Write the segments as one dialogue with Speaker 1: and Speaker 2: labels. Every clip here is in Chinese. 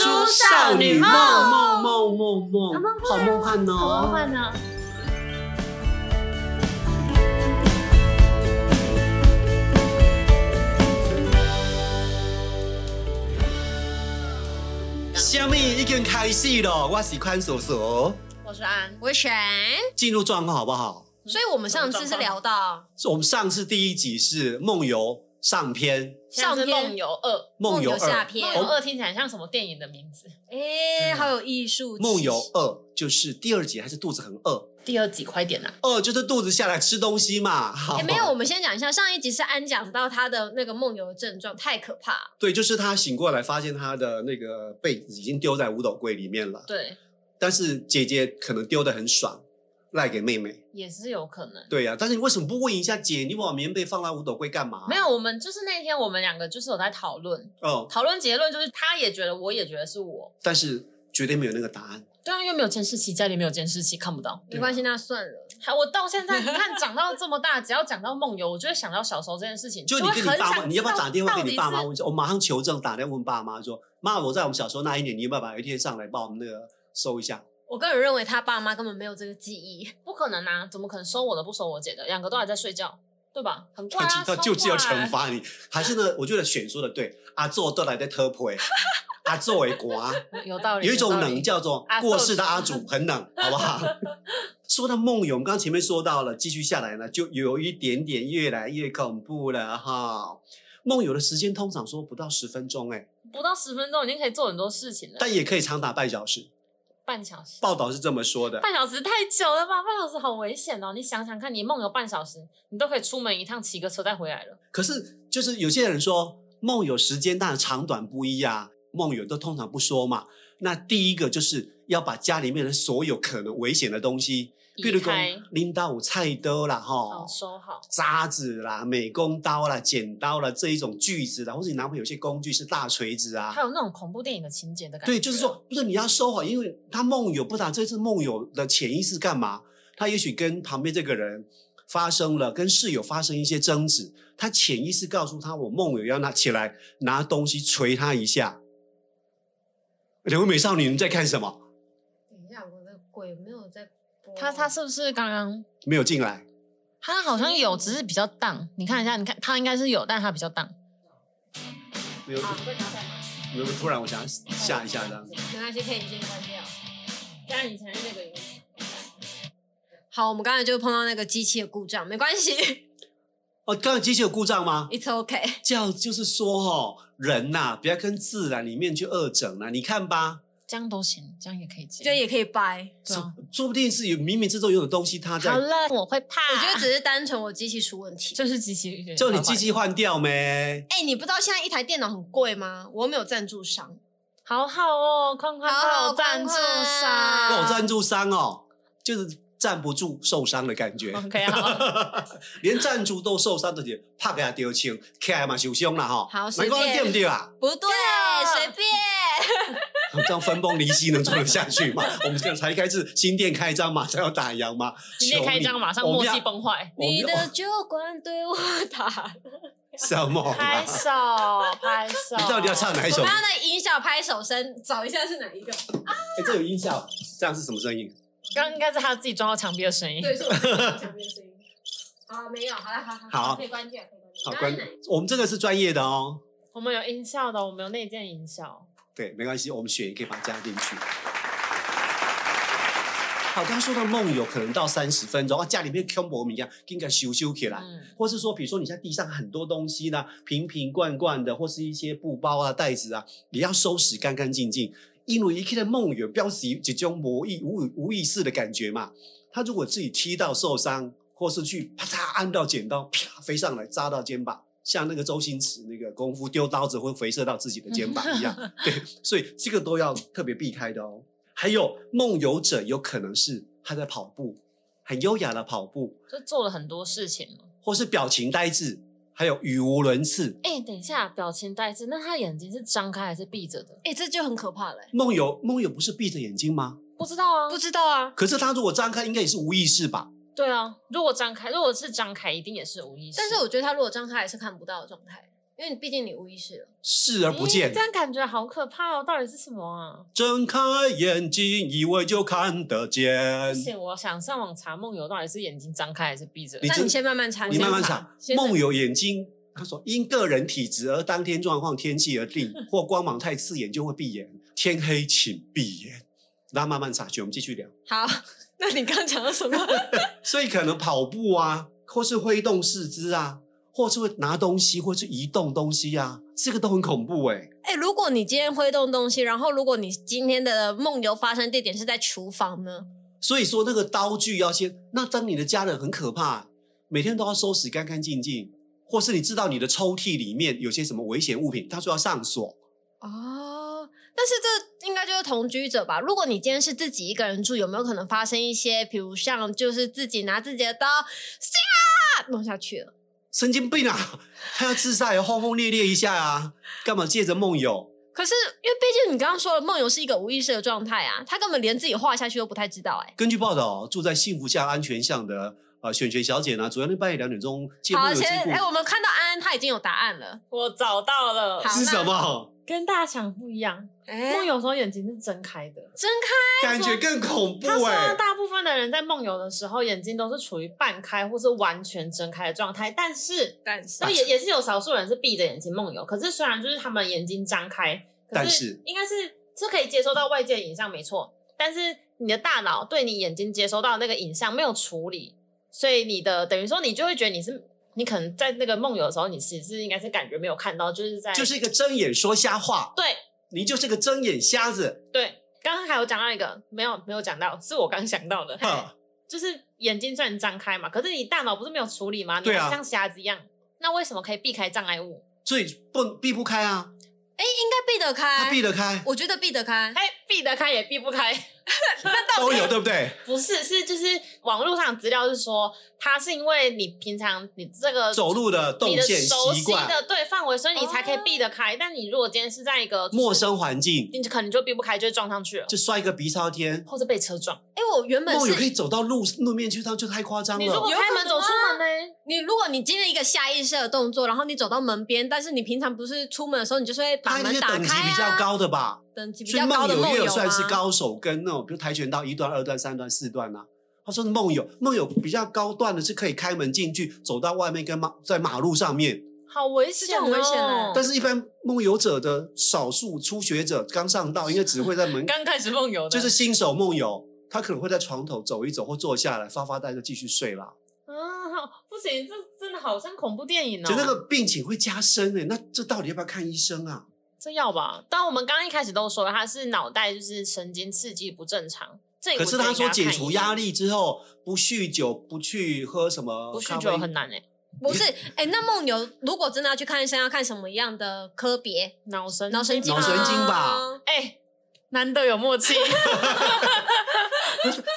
Speaker 1: 少女梦
Speaker 2: 梦梦梦
Speaker 1: 啊梦，
Speaker 2: 梦好梦幻
Speaker 1: 好梦
Speaker 2: 哦！
Speaker 1: 幻呢？
Speaker 2: 虾米已经开始了，我是宽叔叔，
Speaker 3: 我是安，
Speaker 1: 我选，
Speaker 2: 进入状况好不好？
Speaker 1: 所以我们上次是聊到
Speaker 2: 我们上次第一集是梦游上篇，
Speaker 3: 像是梦游二，
Speaker 2: 梦游
Speaker 1: 游下
Speaker 2: 二，
Speaker 3: 梦游
Speaker 1: 篇，
Speaker 3: 二听起来像什么电影的名字？
Speaker 1: 哎，好有艺术气息，
Speaker 2: 梦游二就是第二集还是肚子很饿，
Speaker 3: 第二集快点啊！
Speaker 2: 饿就是肚子下来吃东西嘛。好
Speaker 1: 也哎没有，我，们先讲一下上一集是安讲到他的那个梦游症状太可怕了，
Speaker 2: 对，就是他醒过来发现他的那个被子已经丢在五斗柜里面了，
Speaker 3: 对，
Speaker 2: 但是姐姐可能丢的很爽，赖给妹妹。
Speaker 3: 也是有可能。
Speaker 2: 对呀、但是你为什么不问一下姐，你把棉被放在五斗柜干嘛？
Speaker 3: 没有，我们就是那天我们两个就是有在讨论，
Speaker 2: 哦，
Speaker 3: 讨论结论就是他也觉得，我也觉得是我。
Speaker 2: 但是绝对没有那个答案。
Speaker 3: 对啊，因为没有监视器，家里没有监视器，看不到。
Speaker 1: 没关系，那算了。
Speaker 3: 还我到现在，你看长到这么大，只要讲到梦游，我就会想到小时候这件事情，
Speaker 2: 就你
Speaker 3: 会
Speaker 2: 跟你
Speaker 3: 很
Speaker 2: 爸
Speaker 3: 想
Speaker 2: 妈，你要不要
Speaker 3: 知道
Speaker 2: 打电话给你爸妈
Speaker 3: 到底
Speaker 2: 问？我马上求证，打电话问爸妈说：“妈，我在我们小时候那一年，你要不要把一天上来帮我们那个收一下
Speaker 1: 我个人认为他爸妈根本没有这个记忆，
Speaker 3: 是？不可能啊，怎么可能收我的不收我姐的？两个都还在睡觉，对吧？很？”怪
Speaker 2: 他
Speaker 3: 啊，
Speaker 2: 知道
Speaker 3: 超
Speaker 2: 就是要
Speaker 3: 怪
Speaker 2: 惩罚你，还是呢？我觉得选说的对，阿做都来在特 婆，阿做为瓜，
Speaker 3: 啊有道理，
Speaker 2: 有一种
Speaker 3: 道理
Speaker 2: 冷叫做
Speaker 3: 阿祖
Speaker 2: 过世的 阿祖，很冷，好不好？ 说到梦游，我们刚刚前面说到了，继续下来呢，就有一点点越来越恐怖了哈。梦游的时间通常说不到十分钟、哎，
Speaker 3: 不到十分钟已经可以做很多事情了，
Speaker 2: 但也可以长达半小时。
Speaker 3: 半小时，
Speaker 2: 报道是这么说的，
Speaker 3: 半小时太久了吧？半小时好危险哦！你想想看，你梦游半小时，你都可以出门一趟，骑个车再回来了。
Speaker 2: 可是就是有些人说梦游时间当然长短不一啊，梦游都通常不说嘛。那第一个就是要把家里面的所有可能危险的东西，譬如
Speaker 3: 移
Speaker 2: 说
Speaker 3: 开，
Speaker 2: 拎到有菜刀啦，哈、
Speaker 3: 哦，收好，
Speaker 2: 渣子啦、美工刀啦、剪刀啦这一种锯子啦，或者你男朋友有些工具是大锤子啊
Speaker 3: 还。有那种恐怖电影的情节的感觉。
Speaker 2: 对，就是，说，不是你要收好，因为他梦游，不然这次梦游的潜意识干嘛？他也许跟旁边这个人发生了，跟室友发生一些争执，他潜意识告诉他，我梦游要拿起来拿东西捶他一下。两位美少女，你们在看什么？
Speaker 1: 等一下，我的鬼没有在播
Speaker 3: 他他是不是刚刚
Speaker 2: 没有进来，
Speaker 3: 他好像有，只是比较荡。你看一下，你看他应该是有，但他比较荡。
Speaker 2: 没有，没有。突然我想吓一下这样子。
Speaker 1: 没关系，可以先关掉。
Speaker 3: 家以前那个有。
Speaker 1: 好，我们刚才就碰到那个机器的故障，没关系
Speaker 2: 哦，刚刚机器有故障吗？
Speaker 1: ，It's OK。
Speaker 2: 叫就是说哦，人呐、不要跟自然里面去二整了、你看吧，
Speaker 3: 这样都行，这样也可以接。
Speaker 1: 就也可以掰。
Speaker 3: 对啊
Speaker 2: 说说不定是有冥冥之中有种东西，它
Speaker 3: 好
Speaker 2: 在
Speaker 3: 了，我会怕。
Speaker 1: 我觉得只是单纯我机器出问题。
Speaker 3: 就是机器，
Speaker 2: 叫你机器换掉没？
Speaker 1: 哎、你不知道现在一台电脑很贵吗？我又没有赞助商，
Speaker 3: 好好哦，宽宽
Speaker 1: 好啊好
Speaker 3: 帮我赞助
Speaker 1: 宽宽
Speaker 3: 商，
Speaker 2: 那我赞助商哦，就是站不住受伤的感觉，
Speaker 3: OK 好。
Speaker 2: 连站住都受伤的姐，怕给他丢青，起来嘛受伤了哈。
Speaker 1: 好随
Speaker 2: 难怪
Speaker 1: 便
Speaker 2: 对不对啊？
Speaker 1: 不对，随便。
Speaker 2: 这样分崩离析能做得下去吗？我们这样才开始新店开张，马上要打烊吗？
Speaker 3: 今天开张马上
Speaker 2: 求你
Speaker 3: 默契。崩坏，
Speaker 2: 我们
Speaker 1: 你
Speaker 2: 要
Speaker 1: 的酒馆对我打，
Speaker 2: 什么啦？
Speaker 3: 拍手拍手。
Speaker 2: 你到底要唱哪一
Speaker 1: 我
Speaker 2: 首
Speaker 1: 们？要那音效拍手声，找一下是哪一 个？
Speaker 2: 哎、这有音效，这样是什么声音？
Speaker 3: 刚刚应该是他自己撞到墙壁的声音。
Speaker 1: 对，是我讲的声音。啊，没有，好了，好好
Speaker 2: 好
Speaker 1: 可以关掉，可以关掉。
Speaker 2: 好，
Speaker 1: 刚刚
Speaker 2: 关
Speaker 1: 是哪一个，
Speaker 2: 我们这个是专业的哦。
Speaker 3: 我们有音效的，我们有内建音效。
Speaker 2: 对，没关系，我们选也可以把它加进去。好，刚刚说到梦游，可能到三十分钟啊，家里面 combo 米啊，应该修修起来。
Speaker 3: 嗯，
Speaker 2: 或是说，比如说你在地上很多东西呢，瓶瓶罐罐的，或是一些布包啊、袋子啊，也要收拾干干净净。因为一看的梦游，表示一种无意无无意识的感觉嘛。他如果自己踢到受伤，或是去啪嚓按到剪刀，啪飞上来扎到肩膀，像那个周星驰那个功夫丢刀子会回射到自己的肩膀一样。对，所以这个都要特别避开的哦。还有梦游者有可能是他在跑步，很优雅的跑步，
Speaker 3: 就做了很多事情嘛。
Speaker 2: 或是表情呆滞，还有语无伦次。
Speaker 3: 哎，等一下，表情呆滞，那他眼睛是张开还是闭着的？
Speaker 1: 哎、这就很可怕了、欸。
Speaker 2: 梦游梦游不是闭着眼睛吗？
Speaker 3: 不知道啊
Speaker 1: 不。知道啊，
Speaker 2: 可是他如果张开，应该也是无意识吧？
Speaker 3: 对啊，如果张开，如果是张开，一定也是无意识。
Speaker 1: 但是我觉得他如果张开也是看不到的状态，因为你毕竟你无意识了。
Speaker 2: 视而不见
Speaker 3: 咦这。样感觉好可怕哦！到底是什么啊？
Speaker 2: 睁开眼睛，以为就看得见
Speaker 3: 而。且我想上网查梦游到底是眼睛张开还是闭着
Speaker 2: 你。
Speaker 1: 那
Speaker 2: 真
Speaker 1: 你先慢慢查，
Speaker 2: 你慢慢
Speaker 1: 先
Speaker 2: 想，
Speaker 1: 先
Speaker 2: 梦游眼睛。他说，因个人体质而当天状况、天气而定，或光芒太刺眼就会闭眼。天黑请闭眼。然后慢慢查询，我们继续聊。
Speaker 1: 好。 那你刚讲到什么？
Speaker 2: 所以可能跑步啊，或是挥动四肢啊，或是会拿东西，或是移动东西啊，这个都很恐怖哎、
Speaker 1: 哎、如果你今天挥动东西，然后如果你今天的梦游发生地点是在厨房呢？
Speaker 2: 所以说那个刀具要先，那当你的家人很可怕，每天都要收拾干干净净，或是你知道你的抽屉里面有些什么危险物品，他说要上锁。
Speaker 1: 哦，但是这应该就是同居者吧？如果你今天是自己一个人住，有没有可能发生一些，比如像就是自己拿自己的刀下弄下去了？
Speaker 2: 神经病啊！ 他要自杀也轰轰烈烈一下啊，干嘛借着梦游？
Speaker 1: 可是因为毕竟你刚刚说了，梦游是一个无意识的状态啊，他根本连自己画下去都不太知道哎、
Speaker 2: 根据报道，住在幸福巷安全巷的呃选学小姐呢，昨天半夜两点钟借梦
Speaker 1: 好，
Speaker 2: 游之
Speaker 1: 现在
Speaker 2: 故
Speaker 1: 哎、我们看到安安他已经有答案了，
Speaker 3: 我找到了，
Speaker 1: 好
Speaker 2: 是
Speaker 1: 那
Speaker 2: 什么？
Speaker 3: 跟大家想不一样。
Speaker 1: 哎
Speaker 3: 梦游的时候眼睛是睁开的。
Speaker 1: 睁开。
Speaker 2: 感觉更恐怖
Speaker 3: 他说
Speaker 2: 哎、
Speaker 3: 呢，大部分的人在梦游的时候，眼睛都是处于半开或是完全睁开的状态，但是
Speaker 1: 但是
Speaker 3: 所以
Speaker 2: 啊
Speaker 3: 也也是有少数人是闭着眼睛梦游。可是虽然就是他们眼睛张开，可
Speaker 2: 但是
Speaker 3: 应该是是可以接收到外界的影像，没错。但是你的大脑对你眼睛接收到的那个影像没有处理，所以你的等于说你就会觉得你是你可能在那个梦游的时候，你其实应该是感觉没有看到，就是在
Speaker 2: 就是一个睁眼说瞎话，
Speaker 3: 对
Speaker 2: 你就是个睁眼瞎子。
Speaker 3: 对。刚刚还有讲到一个没有没有讲到，是我刚想到的。
Speaker 2: 哈，
Speaker 3: 就是眼睛虽然张开嘛，可是你大脑不是没有处理吗？你
Speaker 2: 对啊
Speaker 3: 还像瞎子一样，那为什么可以避开障碍物？
Speaker 2: 所以不避不开啊，
Speaker 1: 应该避得
Speaker 2: 他
Speaker 1: 开，
Speaker 2: 避得开，
Speaker 1: 我觉得避得开。
Speaker 3: 哎，避得开也避不开，
Speaker 2: 都有对不对？
Speaker 3: 不是，是就是网络上的资料是说，它是因为你平常你这
Speaker 1: 呃
Speaker 3: 个
Speaker 2: 走路的动
Speaker 3: 你的
Speaker 2: 线
Speaker 3: 熟
Speaker 2: 习
Speaker 3: 悉
Speaker 2: 惯，啊
Speaker 3: 的对范围，所以你才可以避得开。但你如果今天是在一个
Speaker 2: 陌，生环境
Speaker 3: 你可能就避不开，就会撞上去了，
Speaker 2: 就摔个鼻朝天，
Speaker 3: 或者被车撞。
Speaker 1: 哎、我原本
Speaker 2: 梦
Speaker 1: 是
Speaker 2: 游可以走到路路面去，上就太夸张
Speaker 3: 你如果
Speaker 2: 了。
Speaker 1: 有可
Speaker 3: 开门
Speaker 1: 能
Speaker 3: 走
Speaker 1: 啊
Speaker 3: 出门呢？
Speaker 1: 你如果你今天一个下意识的动作，然后你走到门边，但是你平常不是出门的时候，你就是会把
Speaker 2: 他那
Speaker 1: 门
Speaker 2: 些
Speaker 1: 打开、啊、
Speaker 2: 等级比较，高的吧，
Speaker 1: 等级比
Speaker 2: 所以
Speaker 1: 较高
Speaker 2: 梦
Speaker 1: 的
Speaker 2: 游
Speaker 1: 梦
Speaker 2: 也
Speaker 1: 游
Speaker 2: 有算是
Speaker 1: 啊。
Speaker 2: 高手跟那种，比如跆拳道一段、二段、三段、四段啊。他说梦游，梦游比较高段的是可以开门进去，走到外面跟马在马路上面，
Speaker 3: 好危
Speaker 1: 这
Speaker 3: 险、哦，
Speaker 1: 种危险欸嘞
Speaker 2: 但是，一般梦游者的少数初学者刚上 道，应该只会在门，
Speaker 3: 刚开始梦游的
Speaker 2: 就是新手梦游，他可能会在床头走一走或坐下来发发呆，就继续睡啦。
Speaker 3: 啊，不行，这真的好像恐怖电影哦。
Speaker 2: 就那个病情会加深诶、那这到底要不要看医生啊？
Speaker 3: 这要吧？但我们刚刚一开始都说，他是脑袋就是神经刺激不正常。这也
Speaker 2: 可
Speaker 3: 不
Speaker 2: 是
Speaker 3: 建
Speaker 2: 他
Speaker 3: 议
Speaker 2: 说
Speaker 3: 大家
Speaker 2: 解
Speaker 3: 看
Speaker 2: 除
Speaker 3: 医
Speaker 2: 压
Speaker 3: 生，
Speaker 2: 力之后，不酗酒，不去喝什么，
Speaker 3: 不酗酒很。难哎、
Speaker 1: 不是，哎、那梦游如果真的要去看医生，要看什么样的科别？
Speaker 3: 脑神
Speaker 1: 脑神经啊
Speaker 2: 脑
Speaker 1: 吗
Speaker 2: 神经吧。
Speaker 3: 哎、难得有 默契，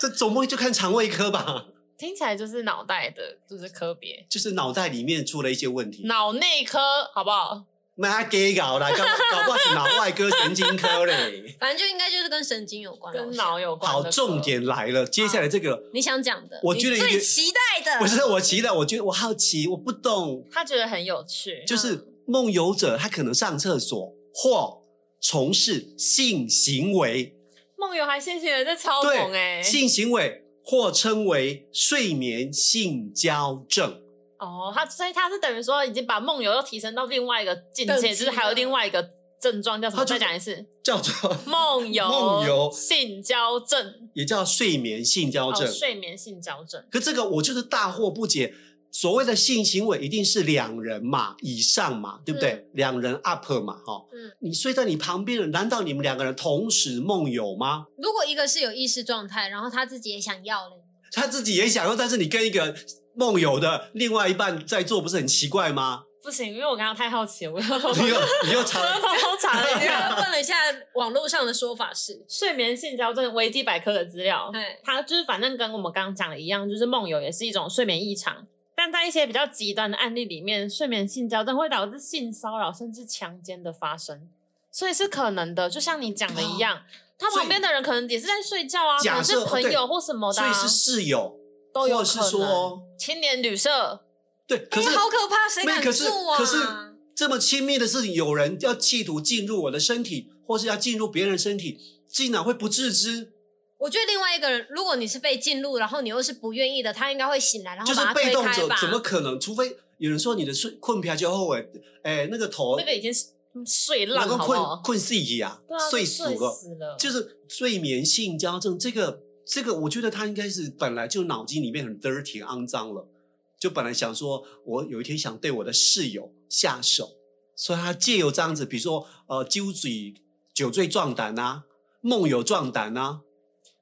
Speaker 2: 这总不会就看肠胃科吧？
Speaker 3: 听起来就是脑袋的，就是科别，
Speaker 2: 就是脑袋里面出了一些问题，
Speaker 3: 脑内科好不好？
Speaker 2: 那给搞啦，搞搞不好是脑外科、神经科 嘞。
Speaker 1: 反正就应该就是跟神经有关。
Speaker 3: 跟
Speaker 1: 我想
Speaker 3: 脑有关的
Speaker 2: 好，
Speaker 3: 科
Speaker 2: 重，点来了，接下来这个
Speaker 1: 你想讲的，
Speaker 2: 我觉得
Speaker 1: 你
Speaker 2: 有
Speaker 1: 最
Speaker 2: 点
Speaker 1: 期待的
Speaker 2: 不是 我期待，我觉得我好奇，我不懂，
Speaker 3: 他觉得很有趣，
Speaker 2: 就是梦游者他可能上厕所或从事性行为，
Speaker 3: 梦游还现行人在操控
Speaker 2: 对，
Speaker 3: 哎、
Speaker 2: 性行为或称为睡眠性交症。
Speaker 3: 哦，他所以他是等于说已经把梦游又提升到另外一个境界，
Speaker 1: 等级
Speaker 3: 就是还有
Speaker 1: 了
Speaker 3: 另外一个症状叫什么？
Speaker 2: 他就
Speaker 3: 再
Speaker 2: 是
Speaker 3: 讲一次，
Speaker 2: 叫做
Speaker 3: 梦游、
Speaker 2: 梦游
Speaker 3: 性交症。
Speaker 2: 也叫睡眠性交症
Speaker 3: 哦，，睡眠性矫正。
Speaker 2: 可这个我就是大惑不解。所谓的性行为一定是两人嘛以上
Speaker 3: 嗯
Speaker 2: 嘛，对不对？两人 up 嘛，哈、
Speaker 1: 嗯
Speaker 2: 你睡在你旁边的人，难道你们两个人同时梦游吗？
Speaker 1: 如果一个是有意识状态，然后他自己也想要 嘞，
Speaker 2: 他自己也想要，但是你跟一个梦游的另外一半在做，不是很奇怪吗？
Speaker 3: 不行，因为我刚刚太好奇了， 我又偷偷
Speaker 2: 你又你又查
Speaker 3: 我又偷偷查了 一下
Speaker 1: 问了一下网络上的说法是，
Speaker 3: 睡眠性矫正维基百科的资料，
Speaker 1: 哎，
Speaker 3: 它就是反正跟我们刚刚讲的一样，就是梦游也是一种睡眠异常。但在一些比较极端的案例里面，睡眠性交症会导致性骚扰甚至强奸的发生，所以是可能的。就像你讲的一样，他
Speaker 2: 所以
Speaker 3: 旁边的人可能也是在睡觉啊，可
Speaker 2: 啊假
Speaker 3: 能
Speaker 2: 设哦
Speaker 3: 是朋
Speaker 2: 对
Speaker 3: 友或什么的
Speaker 2: 所
Speaker 3: 啊、
Speaker 2: 以是室友，
Speaker 3: 都有
Speaker 2: 或
Speaker 3: 可
Speaker 2: 是
Speaker 3: 能
Speaker 2: 说
Speaker 3: 青年旅社，
Speaker 2: 对，可是、
Speaker 1: 哎好可怕，谁
Speaker 2: 没
Speaker 1: 敢
Speaker 2: 可是
Speaker 1: 住啊？
Speaker 2: 可是这么亲密的事情，有人要企图进入我的身体，或是要进入别人的身体，竟然会不自知，
Speaker 1: 我觉得另外一个人，如果你是被进入，然后你又是不愿意的，他应该会醒来，然后
Speaker 2: 就是
Speaker 1: 把他推
Speaker 2: 被动
Speaker 1: 开
Speaker 2: 者
Speaker 1: 吧。
Speaker 2: 怎么可能？除非有人说你的睡困皮就后悔，哎，那个头
Speaker 3: 那个已经是睡
Speaker 2: 能
Speaker 3: 烂
Speaker 2: 够
Speaker 3: 好不
Speaker 2: 困
Speaker 3: 好？
Speaker 2: 困睡意啊
Speaker 3: 嗯对啊，，
Speaker 2: 睡
Speaker 3: 睡
Speaker 2: 死
Speaker 3: 了，
Speaker 2: 了，就是睡眠性交症这个这个，我觉得他应该是本来就脑筋里面很 dirty 肮脏了，就本来想说我有一天想对我的室友下手，所以他借由这样子，比如说呃酒醉酒醉壮胆啊，梦游壮胆啊，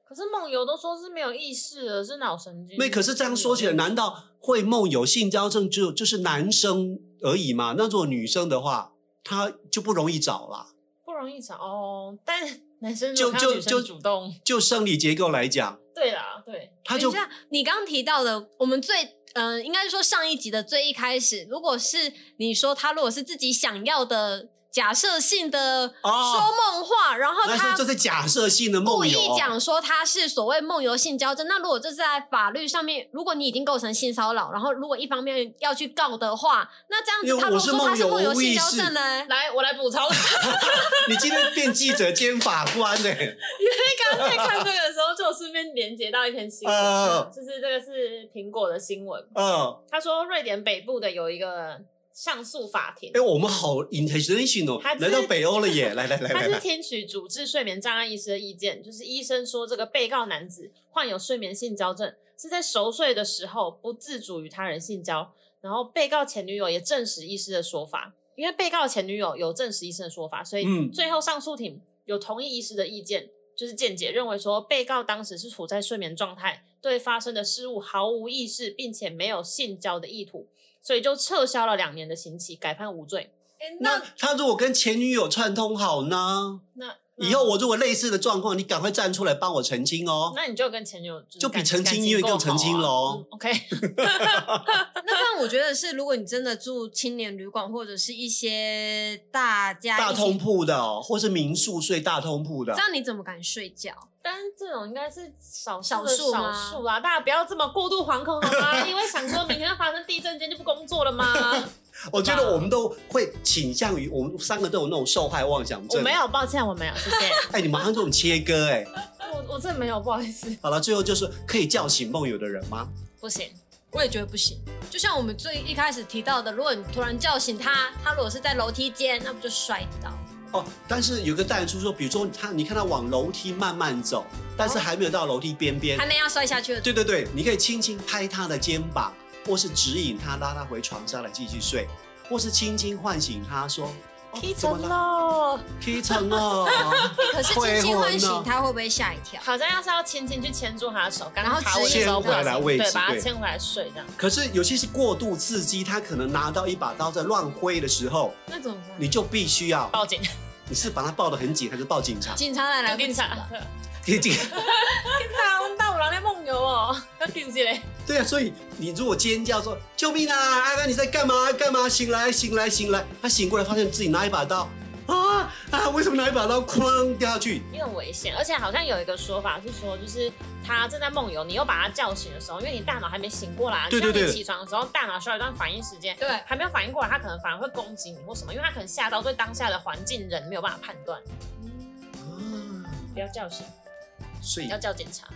Speaker 3: 可是梦游都说是没有意识的，是脑神
Speaker 1: 嗯
Speaker 3: 经。
Speaker 2: 那可是这样说起来，难道会梦游性交症只有就是男生而已吗？那如果女生的话，她就不容易找啦。
Speaker 3: 不容易找哦？但 男生
Speaker 2: 就
Speaker 3: 如果看到
Speaker 2: 就
Speaker 3: 女生
Speaker 2: 就
Speaker 3: 主动，
Speaker 2: 就生理结构来讲，
Speaker 3: 对啦，对，
Speaker 2: 她
Speaker 1: 等
Speaker 2: 就
Speaker 1: 一下，你刚刚提到的，我们最嗯、呃，应该是说上一集的最一开始，如果是你说他如果是自己想要的假设性的
Speaker 2: 哦
Speaker 1: 说梦话，然后
Speaker 2: 那
Speaker 1: 他
Speaker 2: 是这是假设性的
Speaker 1: 故
Speaker 2: 梦
Speaker 1: 意
Speaker 2: 游、哦
Speaker 1: 讲说他是所谓梦游性交症，那如果这是在法律上面，如果你已经构成性骚扰，然后如果一方面要去告的话，那这样
Speaker 2: 因
Speaker 1: 子
Speaker 2: 为
Speaker 1: 他如
Speaker 2: 我
Speaker 1: 果
Speaker 2: 是
Speaker 1: 说他
Speaker 2: 梦
Speaker 1: 是
Speaker 2: 游
Speaker 1: 梦游
Speaker 2: 无
Speaker 1: 性
Speaker 2: 意
Speaker 1: 交
Speaker 2: 识
Speaker 1: 症呢？
Speaker 3: 来，我来补充。
Speaker 2: 你今天变记者兼法官呢、
Speaker 3: 刚刚在看这个的时候，就顺便连接到一篇新闻，啊
Speaker 2: 呃
Speaker 3: 就是这个是苹果的新闻。
Speaker 2: 呃，
Speaker 3: 他说，瑞典北部的有一个上诉法庭
Speaker 2: 哎、，我们好 international，
Speaker 3: 她
Speaker 2: 来
Speaker 3: 是
Speaker 2: 到北欧了耶！ 来来来
Speaker 3: 他
Speaker 2: 来
Speaker 3: 是
Speaker 2: 来，
Speaker 3: 听取主治睡眠障碍医师的意见，就是医生说这个被告男子患有睡眠性交症，是在熟睡的时候不自主与他人性交。然后被告前女友也证实医师的说法，因为被告前女友有证实医生的说法，所以
Speaker 2: 嗯
Speaker 3: 最后上诉庭有同意医师的意见，就是见解，认为说被告当时是处在睡眠状态，对发生的事物毫无意识，并且没有性交的意图，所以就撤销了两年的刑期，改判无罪。
Speaker 1: 诶
Speaker 2: 那他如果跟前女友串通好呢？
Speaker 3: 那
Speaker 2: 以后我如果类似的状况，你赶快站出来帮我澄清哦。
Speaker 3: 那你就跟前女友
Speaker 2: 就比
Speaker 3: 澄
Speaker 2: 澄清音乐更澄清了哦
Speaker 3: 啊嗯 OK，
Speaker 1: 那这样我觉得是，如果你真的住青年旅馆或者是一些大家
Speaker 2: 大
Speaker 1: 一起
Speaker 2: 通铺啊的、哦，或是民宿睡大通铺的
Speaker 1: 这，样你怎么敢睡觉？
Speaker 3: 但是这种应该是少
Speaker 1: 少
Speaker 3: 数的
Speaker 1: 数
Speaker 3: 少
Speaker 1: 吗
Speaker 3: 数啦，大家不要这么过度惶恐好 吗？因为想说明天发生地震，今天就不工作了吗？
Speaker 2: 我觉得我们都会倾向于我们三个都有那种受害妄想
Speaker 3: 我
Speaker 2: 症。
Speaker 3: 没。有，抱歉，我没有，谢谢。
Speaker 2: 哎，你马上这种切割哎、
Speaker 3: 我我真的没有，不好意思，
Speaker 2: 好了，最后就是可以叫醒梦游的人吗？
Speaker 3: 不行。
Speaker 1: 我也觉得不行。就像我们最一开始提到的，如果你突然叫醒他，他如果是在楼梯间，那不就摔倒？
Speaker 2: 哦，但是有个淡叔说，比如说他，你看他往楼梯慢慢走，但是还没有到楼梯边边
Speaker 1: 还，没要摔下去的。
Speaker 2: 对对对，你可以轻轻拍他的肩膀，或是指引他拉他回床上来继续睡，或是轻轻唤醒他说：“哦
Speaker 3: 踢
Speaker 2: 怎么
Speaker 3: 成
Speaker 2: 了？
Speaker 3: 喽，
Speaker 2: 踢成了。哦
Speaker 1: 可是轻轻唤
Speaker 2: 会
Speaker 1: 醒
Speaker 2: 昏啊
Speaker 1: 他，会不会吓一跳？
Speaker 3: 好像要是要轻轻去牵住他的手，刚
Speaker 1: 然后
Speaker 3: 刚卡位的时候不小
Speaker 2: 牵回来
Speaker 3: 心，
Speaker 2: 位置
Speaker 3: 对，把他
Speaker 2: 对
Speaker 3: 牵回来睡这样。”
Speaker 2: 可是有些是过度刺激，他可能拿到一把刀在乱挥的时候，
Speaker 3: 那怎么办
Speaker 2: 你就必须要，
Speaker 3: 报 警？
Speaker 2: 你是把他抱得很紧，还是抱警察？
Speaker 1: 警察来来
Speaker 3: 警
Speaker 1: 不及
Speaker 3: 察
Speaker 1: 了。？
Speaker 2: 给这个
Speaker 3: 警察，我们到有人在梦游哦， 要丢起来。
Speaker 2: 对啊，所以你如果尖叫说“救命啊，阿甘你在干嘛？干嘛？醒来，醒来，醒来！”他醒过来发现自己拿一把刀，啊啊！为什么拿一把刀哐掉下去？
Speaker 3: 因为很危险，而且好像有一个说法是说，就是他正在梦游，你又把他叫醒的时候，因为你大脑还没醒过来，
Speaker 2: 对对
Speaker 3: 像你
Speaker 2: 对
Speaker 3: 起床的时候大脑需要一段反应时间，
Speaker 1: 对，
Speaker 3: 还没有反应过来，他可能反而会攻击你或什么，因为他可能吓到对当下的环境人没有办法判断。
Speaker 1: 嗯
Speaker 2: 啊
Speaker 3: 不要叫醒，
Speaker 2: 所 以
Speaker 3: 要叫警察。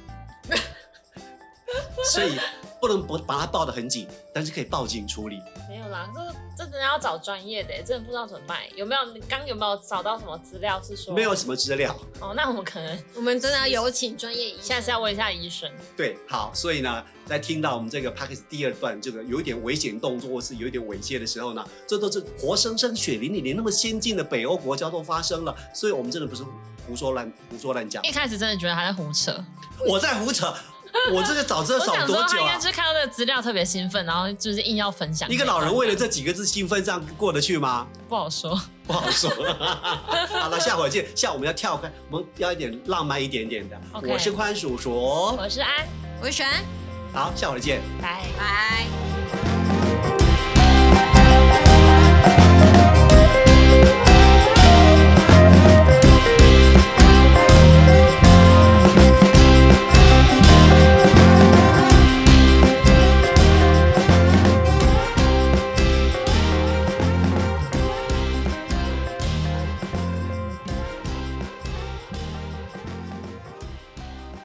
Speaker 2: 所以不能不把他抱得很紧，但是可以报警处理。
Speaker 3: 没有啦，这这真的要找专业的，真的不知道怎么办。有没有？你刚有没有找到什么资料是说
Speaker 2: 没有？什么资料，
Speaker 3: 哦，那我们可能
Speaker 1: 我们真的要有请专业医
Speaker 3: 下
Speaker 1: 生。
Speaker 3: 次要问一下医生。
Speaker 2: 对，好，所以呢，在听到我们这个 p a c k a g e 第二段这个有一点危险动作或是有一点猥亵的时候呢，这都是活生生血淋淋，连那么先进的北欧国家都发生了，所以我们真的不是胡说乱胡说乱讲。
Speaker 3: 一开始真的觉得他在胡扯，
Speaker 2: 我在胡 扯，我这个早知道
Speaker 3: 我
Speaker 2: 少
Speaker 3: 想
Speaker 2: 多
Speaker 3: 说他
Speaker 2: 久
Speaker 3: 应该
Speaker 2: 啊？
Speaker 3: 是看到这个资料特别兴奋，然后就是硬要分享。
Speaker 2: 一个老人为了这几个字兴奋，这样过得去 吗？
Speaker 3: 不好说。
Speaker 2: 不好说。 好了，下回见。下午我们要跳开，我们要一点浪漫一点点的。
Speaker 3: OK
Speaker 2: 我是宽叔叔，
Speaker 3: 我是安，
Speaker 1: 我是璇，
Speaker 2: 好，下回见。
Speaker 3: 拜。
Speaker 1: 拜。